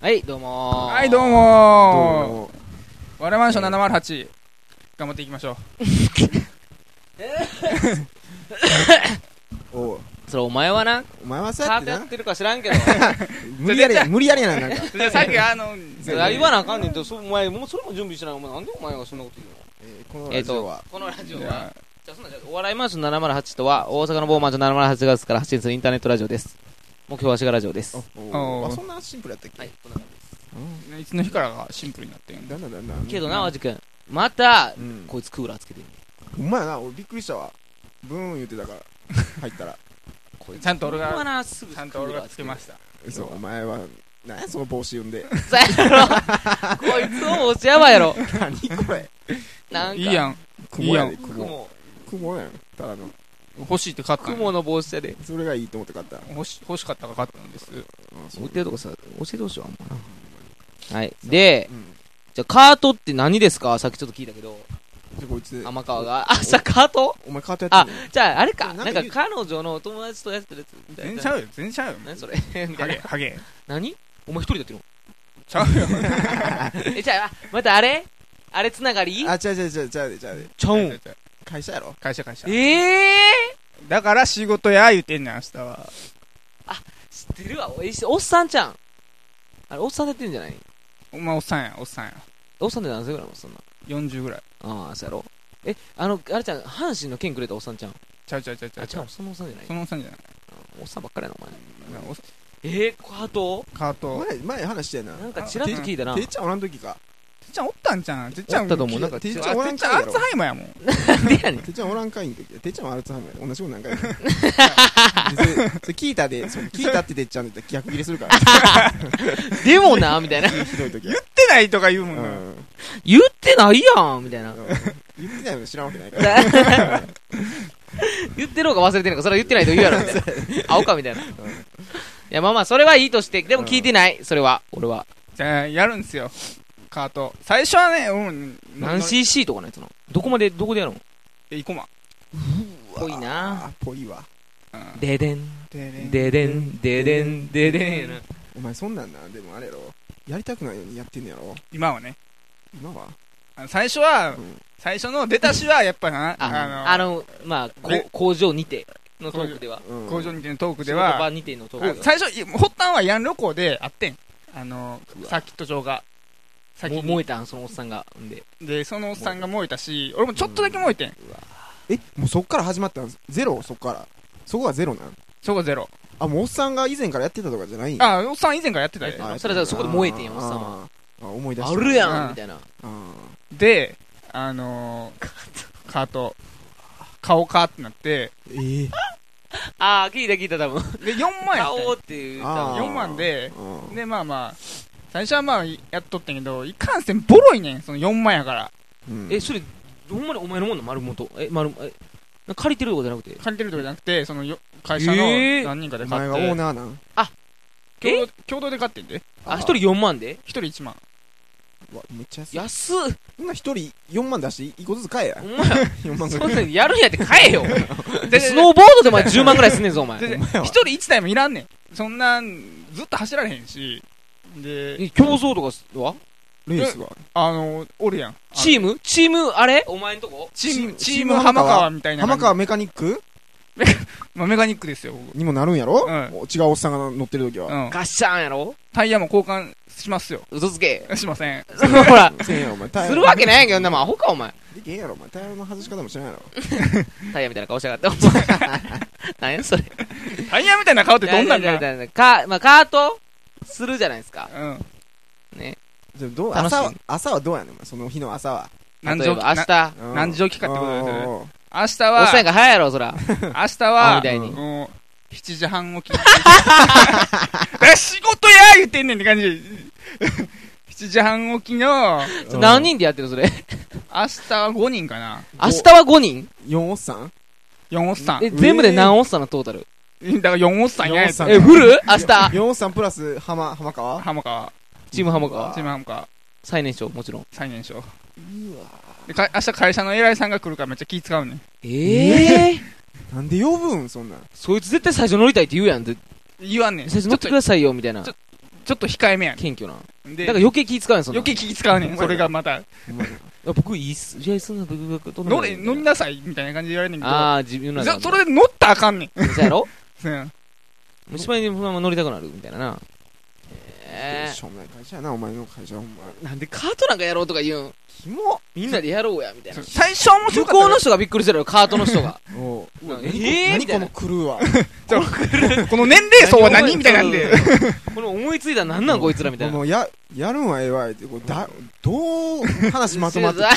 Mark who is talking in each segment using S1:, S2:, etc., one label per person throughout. S1: はい、どうもー
S2: はい、どう
S3: どう
S2: も
S3: も
S2: ーわらマンション708、頑張っていきましょう。
S3: おう
S1: それお前はな、
S3: お前はそう
S1: カ
S3: や
S1: ー
S3: っ
S1: プ
S3: て
S1: やっ
S3: な
S1: てるか知らんけど、
S3: 無理やりや無理やりやななん か
S2: じゃあ さっきあの、
S1: それ言わなあかんねんと、そうお前、もうそれも準備しない。お前、なんでお前がそんなこと言うの
S3: えーこのラジオは
S1: このラジオ
S2: い
S1: は
S2: や、
S1: じゃあそんなんじゃお笑いマンション708とは、大阪の某マンション708がから発信するインターネットラジオです。目標はしがラジオです。
S3: あ
S1: は
S3: おう
S2: おう
S3: あそんなシンプルやったっけ
S1: い、こんな感じです。
S3: うん
S2: いつの日からがシンプルになってんだ。
S3: だんだんだんだん
S1: けどな、わじくん。また
S3: う、ん
S1: こいつクーラーつけてる。
S3: ほんまやな俺びっくりしたわブーン言ってたから 入ったら
S1: こいつ
S2: ちゃんと俺が
S1: ほまな、すぐ
S2: ちゃんと俺がつけま
S1: た。
S2: した。
S3: 嘘お前は何やその帽子 呼んで
S1: そうやろこいつも落ちやばい やろ。
S3: 何これ
S1: なんか、
S2: いいやん。いい
S3: 雲
S2: や
S3: や
S2: ん
S3: で雲
S1: 雲、
S3: 雲やんただの
S2: 欲しいって買ったんや
S1: 雲の帽子やで。
S3: それがいいと思って買ったあ
S2: 欲し欲しかったから買ったんです。
S3: そう
S1: 置いてるとこさ、教えてほしいわ、あんまな。はい。で
S3: う、ん
S1: じゃあカートって何ですかさっきちょっと聞いたけど、
S3: じゃあこいつ
S1: 天川が。あ、さ、カート
S3: お前カートや
S1: あ
S3: ってんの、
S1: じゃああれか。
S3: な
S1: な
S3: ん
S1: んか
S3: か言う
S1: 彼女の友達とやってるやつみたい
S2: 全然
S1: な。
S2: ちゃうよ、全然ちゃうよ。
S1: 何それみた
S2: ハ
S1: い
S2: ゲ、
S1: な。
S2: ハゲ。
S1: 何お前一人でやってる
S2: ちゃうよ。
S1: のえ、じゃあ、またあれあれつながり
S3: あ違う違う違う違う違う違う
S1: ちゃうん。
S3: 会社やろ
S2: 会社会社。
S1: ええ
S2: だから仕事や言うてんねん、明日は。
S1: ー知ってるわ。おいおっさんちゃん。あれ、おっさんでやってんじゃない
S2: お前おっさんや、おっさんや。
S1: おっさんで何歳ぐらいのおっさんな
S2: 40ぐらい。
S1: のああ、そうやろ。え、あの、あれちゃん、阪神の剣くれたおっさんちゃん。
S2: ちゃうちゃうちゃうちゃ
S1: あ、
S2: う。
S1: 違う、そのおっさんじゃない
S2: そのおっさんじゃない。
S1: おっさんばっかりやな、お前。
S2: おっさ
S1: えー、カート
S2: んカート。
S3: 前前話してんな
S1: なんかちらっと聞いたな。
S3: てっちゃんおらん時か
S2: てっちゃんおったんじゃん。てっちゃん、
S1: おったと思う。なんか、
S3: てっ
S2: て
S3: ち
S2: っ
S3: ゃ
S2: ちゃ
S3: ん
S2: ん
S3: お
S2: ア
S3: らん
S2: ル
S3: かいやろ
S2: ツハイマーやもん。
S1: なんでやねん。
S3: てっちゃんおらんかいん時てっちゃんはアルツハイマーや同じこと何回 もでそれそれ聞いたでそれ聞いたっててっちゃんって逆切れするから
S1: でもな、みたいな。
S3: ひどい時
S2: 言
S3: は
S2: ってないとか言う
S3: う
S2: もん
S3: んう
S2: な。
S3: ん
S1: 言ってないやんみた いな。
S3: 言ってないの知らんわけないから
S1: 言ってる方が忘れてるのか、それは言ってないと言うやろ、みたいな。青か、みたいな。いや、まあまあ、それはいいとして、でも聞いてない、それは、俺は。
S2: じゃあ、やるんですよ。カート。最初はね、うん。
S1: 何 cc とかのやつなのどこまで、どこでやるの
S2: え、行こま。
S1: ぽいな
S3: あぽいわ
S2: うん
S1: ででん、
S2: でね
S1: ででん、ででん、ででんやな。
S3: お前そんなんなでもあれやろやりたくないようにやってんのやろ
S2: 今はね。
S3: 今は
S2: あの最初は、
S3: うん
S2: 最初の出だしはやっぱな、
S1: あ
S2: あ
S1: あ
S2: の、
S1: の、まあ、こ
S2: ね
S1: 工場にてのトークでは。
S3: うん
S2: 工場にてのトークで
S1: 仕事
S2: は、
S1: 場にてのトー
S2: あ
S1: クで
S2: 最初、い発端はヤン旅行であってん。あの、サーキット場が。
S1: は。
S2: 先
S1: も
S2: に
S1: 燃えたん、そのおっさんが。んで。
S2: で、そのおっさんが燃えたし、俺もちょっとだけ燃えてん。
S3: えもうそっから始まったんゼロそっからそこがゼロなん
S2: そこゼロ。
S3: あもうおっさんが以前からやってたとかじゃないん
S2: あ、おっさん以前からやってたで
S1: や。それはそこで燃えてんよおっさんは
S3: あーあー思い出した
S1: あるや
S2: うん
S1: んみたいな。
S3: あー
S2: で、あのー、カート、顔かってなって、
S3: ええ
S1: ああ、聞いた聞いた、多分。
S2: で、4万やった
S1: 買
S2: ん
S1: おうっていう歌
S3: あ
S1: を
S3: ー
S2: 4万で、
S3: うん
S2: で、まあまあ、最初はまあ、やっとったんやけど、いかんせんボロいねん、その4万やから。
S3: うん
S1: え、それ、ほんまにお前のもんな、丸本。え、丸、え、な借りてるとかじゃなくて。
S2: 借りてるとかじゃなくて、そのよ会社の
S1: えー
S2: 何人かで
S3: お
S2: 買
S3: 前
S2: っ
S3: がオ
S2: て、
S3: ーナーなん
S2: 共同共同で買ってんで、
S1: あ、一人4万で
S2: 一人1万。
S3: うわめっちゃ安い
S1: 安っ
S3: そんな一人4万出して1個ずつ買えや
S1: ほんまや。
S3: 4万
S1: そ
S3: ぐ
S1: ん
S3: らい
S1: なんやるんやって買えよ。
S2: で
S1: スノーボードでお前10万ぐらいすんねんぞ、お前。
S2: でで
S3: 前は
S2: 一人一台もいらんねん。そんなん、ずっと走られへんし。で、
S1: え競争とかは
S3: レースは
S2: あの、おるやん。あの
S1: チームチーム、あれお前んとこ
S2: チーム、
S3: チー
S2: チー
S3: チーム
S2: ム浜川みたいな感じ。
S3: 浜川メカニック
S2: まあメカニックですよ、僕
S3: にもなるんやろ、
S2: うん
S3: お違うおっさんが乗ってる時
S2: う
S3: は、
S2: ん。
S1: ガッシャーンやろ
S2: タイヤも交換しますよ。
S1: 嘘つけ。
S2: しません。
S1: ほら、
S3: せえへんやろお前タイヤ
S1: するわけないやんけど、なもんアホか、お前。
S3: できへんやろお前タイヤの外し方も知らんやろ
S1: タイヤみたいな顔しやがって、お前。何やそれ。
S2: タイヤみたいな顔ってどんなんだ
S1: いやいやいやいやか、まあ、カートするじゃないですか。
S2: うん。
S1: ね。
S3: じゃあどう
S1: 楽しい
S3: 朝は朝はどうやねんお前その日の朝は、
S2: 何
S1: 例
S2: 時
S1: え
S2: 起き
S1: ば明日。
S3: うん
S2: 何時起きかってことですよね
S3: おうおう
S2: 明日
S1: おっさん
S2: は、
S1: が早いやろ、そら。
S2: 明日
S1: 青
S2: は
S1: み、たいに。
S2: もう、7時半起き。え仕事や言ってんねんって感じ。7時半起きの、明
S3: うん
S1: 何人でやってるそれ。明
S2: 日は5人かな。
S1: 日は5人
S3: 四おっさん
S2: 4おっさん。
S1: え、全部で何おっさんのトータル
S2: だから4おっさんや
S3: 四おっさん
S1: え、フル明日
S3: 四おっさんプラス浜浜川
S2: 浜川。
S1: チームハムか
S2: チームハムか。
S1: 最年少、もちろん。
S2: 最年少。
S3: うわ
S2: で、か明日会社の偉いさんが来るからめっちゃ気使うねん。
S1: ええ
S3: なんで呼ぶんそんなん
S1: そいつ絶対最初乗りたいって言うやん。で
S2: 言わんねん。
S1: 最初乗ってくださいよ、みたいな
S2: ちょ。ちょっと控えめやね
S1: 謙虚な。
S2: ん。
S1: だ
S2: で、
S1: から余計気使うんですよ。
S2: 余計気使うねん、それがまた。
S1: ほんまにあ僕、いいっす、試合すんの、僕、僕、どん
S2: 乗
S1: な
S2: れ、乗りなさい、みたいな感じで言われんねんけど。
S1: ああ、自分ら
S2: じゃ
S1: が。
S2: それで乗ったらあかんねん。
S1: そうやろ
S2: うん
S1: 虫歯にそのまま乗りたくなるみたいなな。え
S3: しょうもない会社やな、お前の会社、ほんま。
S1: ー、なんでカートなんかやろうとか言うん
S3: キモ
S1: みんなでやろうや、みたいな。
S2: 最初は面白
S1: 向
S2: かった
S1: こう
S2: よ
S1: の人がびっくりしてるよ、カートの人が。
S3: おううわ
S1: えー
S3: 何
S1: み
S3: こ
S1: た
S3: 何こ
S1: いな
S3: のクルーは。
S2: この年齢層は何みたいなんで。
S1: この思いついたらなんなんこいつらみたい
S3: も
S1: な。
S3: うや、やるんはええわ、って、こうだ、どう話まとまってた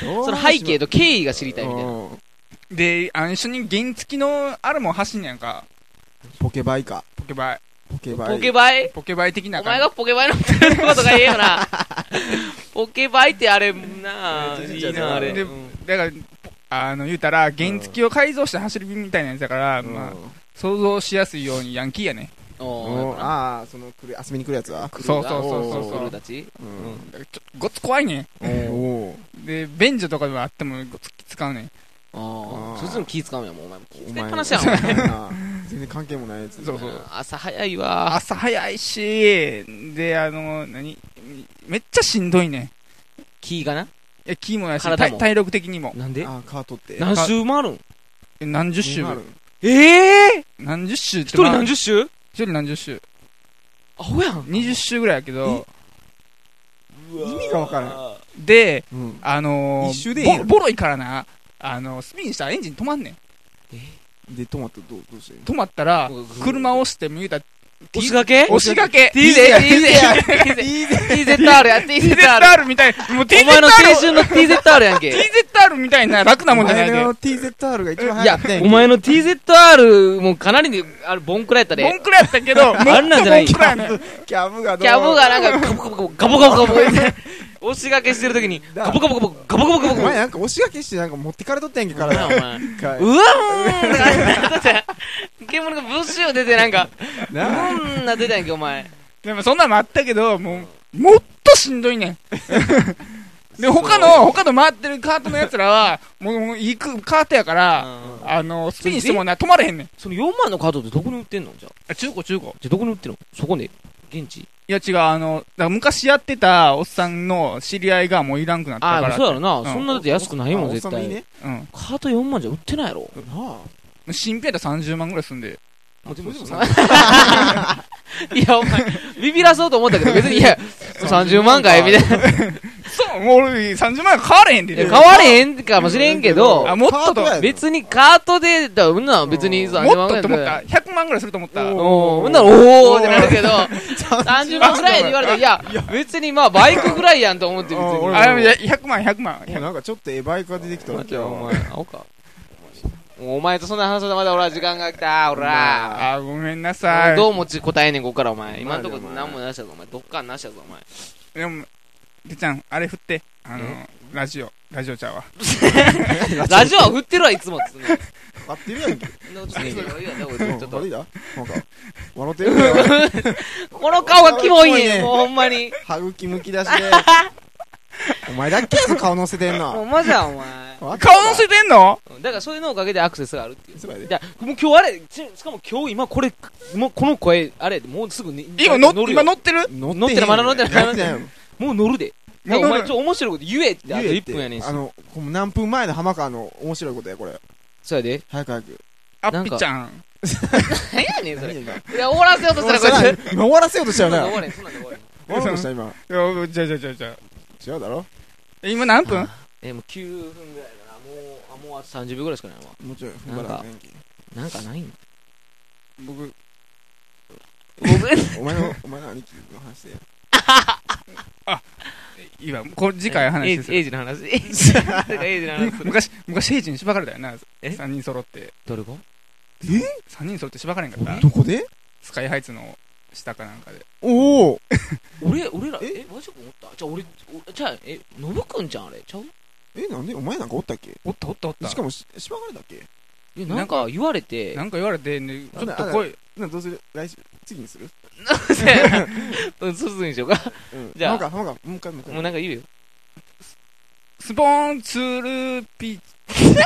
S1: その背景と経緯が知りたいみたいな。
S3: な。
S2: で、あの、一緒に原付きのあるもん走んねやんか。
S3: ポケバイか。
S2: ポケバイ。
S3: ポケバイ。
S1: ポケバイ
S2: ポケバイ的な
S1: お
S2: 感
S1: 前
S2: じ。
S1: がポケバイ乗ってることがええよ な。ポケバイってあれ、なあ、
S3: めっちゃち
S1: い
S3: っちゃ
S1: い
S3: いな
S1: な、あれ。
S2: で
S1: うん
S2: だから、あの、言うたら、原付きを改造して走るみたいなやつだから、
S3: うん
S2: まあ、想像しやすいようにヤンキーやね。
S1: お
S3: お
S1: ー
S3: ーああ、その、来る、遊びに来るやつは。
S1: クル
S2: そ
S1: ー
S2: う
S1: が
S2: そうそう
S3: お
S2: そ
S3: ー
S1: クル
S2: う
S1: ーたち
S3: う
S1: うん
S3: ん。
S2: だからちょっとごっつ怖いね。
S3: おー
S2: で、便所とかでもあってもごっつき使うね。
S1: あ
S3: あ
S1: あ。
S3: ー
S1: そっちの気使うんやもん、お前。気
S3: お
S1: 使い
S3: 前
S1: っぱなしやん、お前。
S3: なあ 全然関係もないやつ。
S2: そうそう。
S1: 朝早いわ。
S2: 朝早いし、で、あの、何めっちゃしんどいね。
S1: 気がない
S2: や、キーもやし、
S1: 体
S2: 体
S1: も
S2: 体力的にも。
S1: なんで
S3: ああ、カートって。
S1: 何周回るん
S2: 何十
S3: 周
S2: 周
S3: 回る
S1: ええ
S2: 何十周っ
S1: 一
S2: て、
S1: 人
S2: まあ
S1: 何十周
S2: 一人何十周
S1: アホやん。
S2: 20周ぐらいやけど、
S3: 意味がわからん。
S2: で、
S3: うん。
S2: あのー、
S3: 一周でいいやん
S2: ボボロいからな、あのースピンしたらエンジン止まんねん。
S3: で、トマトどう、どうして
S2: 止まったら
S1: うん、
S2: 車押して、見えたら、
S1: 押し掛け
S2: 押し掛け
S1: ?TZ、TZ、TZR や、TZR。
S2: TZR みたい、もう TZR、
S1: お前の青春の TZR やんけ。
S2: TZR みたいな楽なもんじゃない
S3: お前
S2: で。
S3: の TZR が一番
S1: い
S3: 早
S1: や
S3: かったん、
S1: お前の TZR もかなりに、あれ、ボンクラやった
S2: ボン
S1: で。
S2: クラやったけど、もっと
S1: あんなんじゃない
S2: ボンクラやねん
S3: キャブがどう
S1: キャブがなんか、ガボガボガボガボガボガボガボ押し掛けしてる時に、ガボガボガボガボガボガボ
S3: お
S1: ガボ
S3: 前。なんか押し掛けしてなんか持ってかれとったやんけ、
S1: なん
S3: 体
S1: だお。前
S3: 一回
S1: うわーんってなってた獣がブッシュ出てなんか、う
S3: なあ
S1: ーんな出たやんけ、お前。
S2: でもそんなのあったけど、もう、もっとしんどい ねん。で、他の、他の回ってるカートの奴らは、もう、もういいくカートやから、あの、スピンしてもな、止まれへんねん。
S1: その4万のカードってどこに売ってんのじゃあ。
S2: あ中古、中古。
S1: じゃあどこに売ってんのそこで現地
S2: いや違う、あの、だから昔やってたおっさんの知り合いがもういらんくなった
S1: あ
S2: か
S1: あ、
S2: ら。
S1: そうやろな。
S2: ん
S1: そんなだって安くないもん、
S3: あ
S1: 絶
S3: おさむい
S1: 対。
S3: ね
S2: うん。
S1: カート4万じゃ売ってないやろ。
S3: なあ
S2: 新品やったら30万ぐらいすんで。
S1: もちろん
S3: それでも
S1: いや、お前、ビビらそうと思ったけど、別に、いや、30万かいみたいな。
S2: そう、もう俺30万円変われへんで。
S1: いや、変われへんかもしれんけど
S2: あ、もっと
S3: カートやで
S1: 別にカートで、だうんな、別に
S3: う
S1: 30
S2: もっ
S1: 万ぐ
S2: と
S1: ら
S2: っ
S1: い
S2: て
S1: で
S2: 思った。100万ぐらいすると思った。
S1: おー、ほんなら、おーってなるけど、30万ぐらいって言われたら、いや、別にまあ、バイクぐらいやんと思って、別
S3: あ
S1: に。
S3: 俺
S2: あ、いや100万、100万。
S3: もうなんかちょっとええバイクが出てきたわ
S1: 待てよお前、青か。お前とそんな話すとまだ俺は時間が来た、ほら。
S2: あ、ごめんなさい。
S1: どう持ち答えんねん、ここから、お前。今
S3: まあ
S1: んとこ
S3: でも
S1: 何もなしやぞ、お前。どっかんなしやぞ、お前。
S2: でも、てっちゃん、あれ振って。あの、ラジオ。ラジオちゃうわ。
S1: ラジオは振ってるわ、いつも。つんねん
S3: 合ってるやんけ
S1: そんなことないよいやでも
S3: うん
S1: ちょっと
S3: 悪いだなんか笑ってるやん
S1: この顔がキモいねん、
S3: キ
S1: もうほんまに。
S3: 歯茎むき出し でお前だけやぞ顔乗せてん
S1: ほ
S3: の
S1: んまじゃん、お前。
S3: 顔
S2: 顔乗せてんの
S1: だからそういうのおかげでアクセスがあるっていう。
S3: そうやで
S1: いや、もう今日あれ、ちしかも今日今これ、もうこの声、あれ、もうすぐね
S2: 今乗っ
S1: 乗る
S2: 今
S1: よ
S2: 乗ってる
S3: 乗
S1: 乗ってないまだ乗ってない
S3: 乗ってないよ
S1: もう乗るで。だからお前ちょ、面白いこと言えって、あと
S3: 言えっ
S1: 1
S3: て
S1: 分やねんし
S3: あ。のこの何分前の浜川の面白いことやこれ
S1: そうやで。
S3: 早く早く
S2: あっぴちゃん。
S1: 何やねん、それ。
S3: 何今
S1: いや、終わらせようとしたらこいつ。
S3: 今終わらせようとしたよ
S1: そんな
S3: な終
S1: んで 終われん、そんなんで終われん。
S3: わろうとした今
S2: いやじゃあじゃあじゃあじゃ
S3: 違うだろ
S2: あ今何分
S1: え、もう9分ぐらいだな。もう、あ、もうあと30秒ぐらいしかないわ。
S3: もうちょい踏ん張らな
S1: なんかないん
S3: 僕
S1: ごめん。
S3: お前のお前の兄貴の話で
S2: いいわ。これ次回話です
S1: エイジエイジの話。エイジそれからエイジの話。
S2: 昔、昔、ヘイジにしばかれたよな。
S1: え
S2: 3人揃って。
S1: どれが
S2: 3人揃ってしばかれんかった
S3: どこで
S2: スカイハイツの下かなんかで。
S3: おお
S1: 俺、俺ら、
S3: え
S1: え、マジか思ったじゃあ俺、おじゃあ、え、ノブくんじゃん、あれ。ちゃう
S3: えなんでお前なんかおったっけ
S2: おったおったおった。
S3: しかもししばかれだっけ
S1: いや、なんか言われて
S2: な、んか言われて、ね、ちょ
S3: ょ
S2: っ
S3: っ
S2: と
S3: と
S2: 声
S3: 声、などうする来週次にする
S1: そうやなうん そうするにしようか。
S3: うん
S1: じゃ
S3: 浜
S1: あ
S3: 川浜川もう一回もう一
S1: も
S3: 回
S1: うなんか言うよ。
S2: スポーン、ツール、ピー、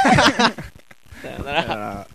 S1: さよな
S3: だ
S1: ら。
S3: から